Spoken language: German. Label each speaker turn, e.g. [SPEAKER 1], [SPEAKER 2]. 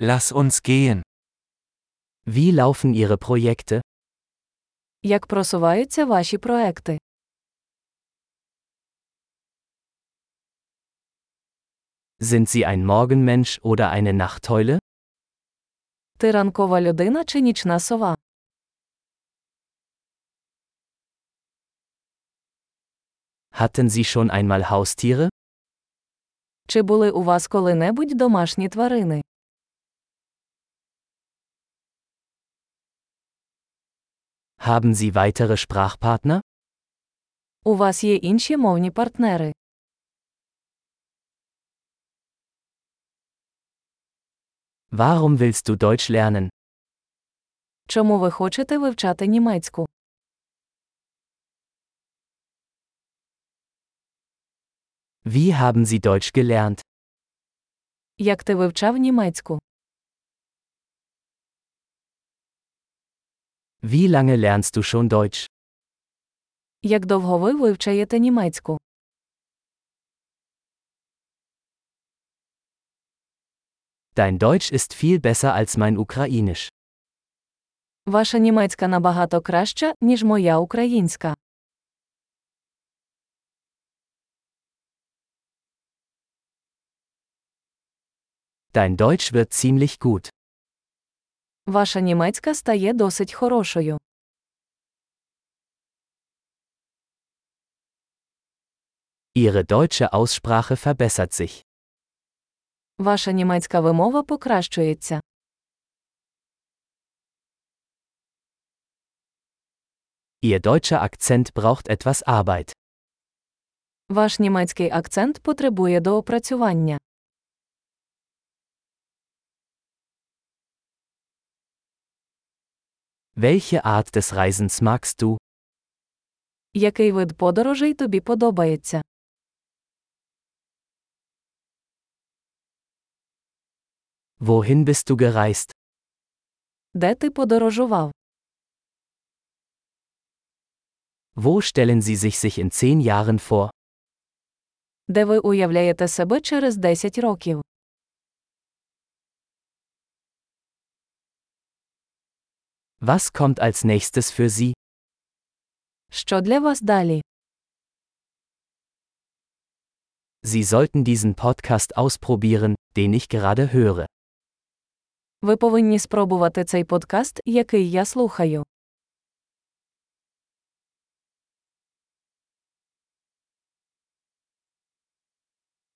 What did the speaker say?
[SPEAKER 1] Lass uns gehen. Wie laufen Ihre Projekte?
[SPEAKER 2] Як просуваються ваші проекти?
[SPEAKER 1] Sind Sie ein Morgenmensch oder eine Nachteule?
[SPEAKER 2] Ти ранкова людина чи нічна сова?
[SPEAKER 1] Hatten Sie schon einmal Haustiere?
[SPEAKER 2] Чи були у вас коли-небудь домашні тварини?
[SPEAKER 1] Haben Sie weitere Sprachpartner?
[SPEAKER 2] У вас є інші мовні партнери.
[SPEAKER 1] Warum willst du Deutsch lernen?
[SPEAKER 2] Чому ви хочете вивчати німецьку?
[SPEAKER 1] Wie haben Sie Deutsch gelernt?
[SPEAKER 2] Як ти вивчав німецьку?
[SPEAKER 1] Wie lange lernst du schon Deutsch?
[SPEAKER 2] Як довго ви вивчаєте німецьку?
[SPEAKER 1] Dein Deutsch ist viel besser als mein Ukrainisch.
[SPEAKER 2] Ваша німецька набагато краща, ніж моя українська.
[SPEAKER 1] Dein Deutsch wird ziemlich gut.
[SPEAKER 2] Ваша німецька стає досить хорошою.
[SPEAKER 1] Ihre deutsche Aussprache verbessert sich.
[SPEAKER 2] Ваша німецька вимова покращується.
[SPEAKER 1] Ihr deutscher Akzent braucht etwas Arbeit.
[SPEAKER 2] Ваш німецький акцент потребує доопрацювання.
[SPEAKER 1] Welche Art des Reisens magst du?
[SPEAKER 2] Який вид подорожей тобі подобається?
[SPEAKER 1] Wohin bist du gereist?
[SPEAKER 2] Де ти подорожував?
[SPEAKER 1] Wo stellen Sie sich sich in zehn Jahren vor?
[SPEAKER 2] Де ви уявляєте себе через 10 років?
[SPEAKER 1] Was kommt als nächstes für Sie?
[SPEAKER 2] Що для вас далі?
[SPEAKER 1] Sie sollten diesen Podcast ausprobieren, den ich gerade höre.
[SPEAKER 2] Ви повинні спробувати цей подкаст, який я слухаю.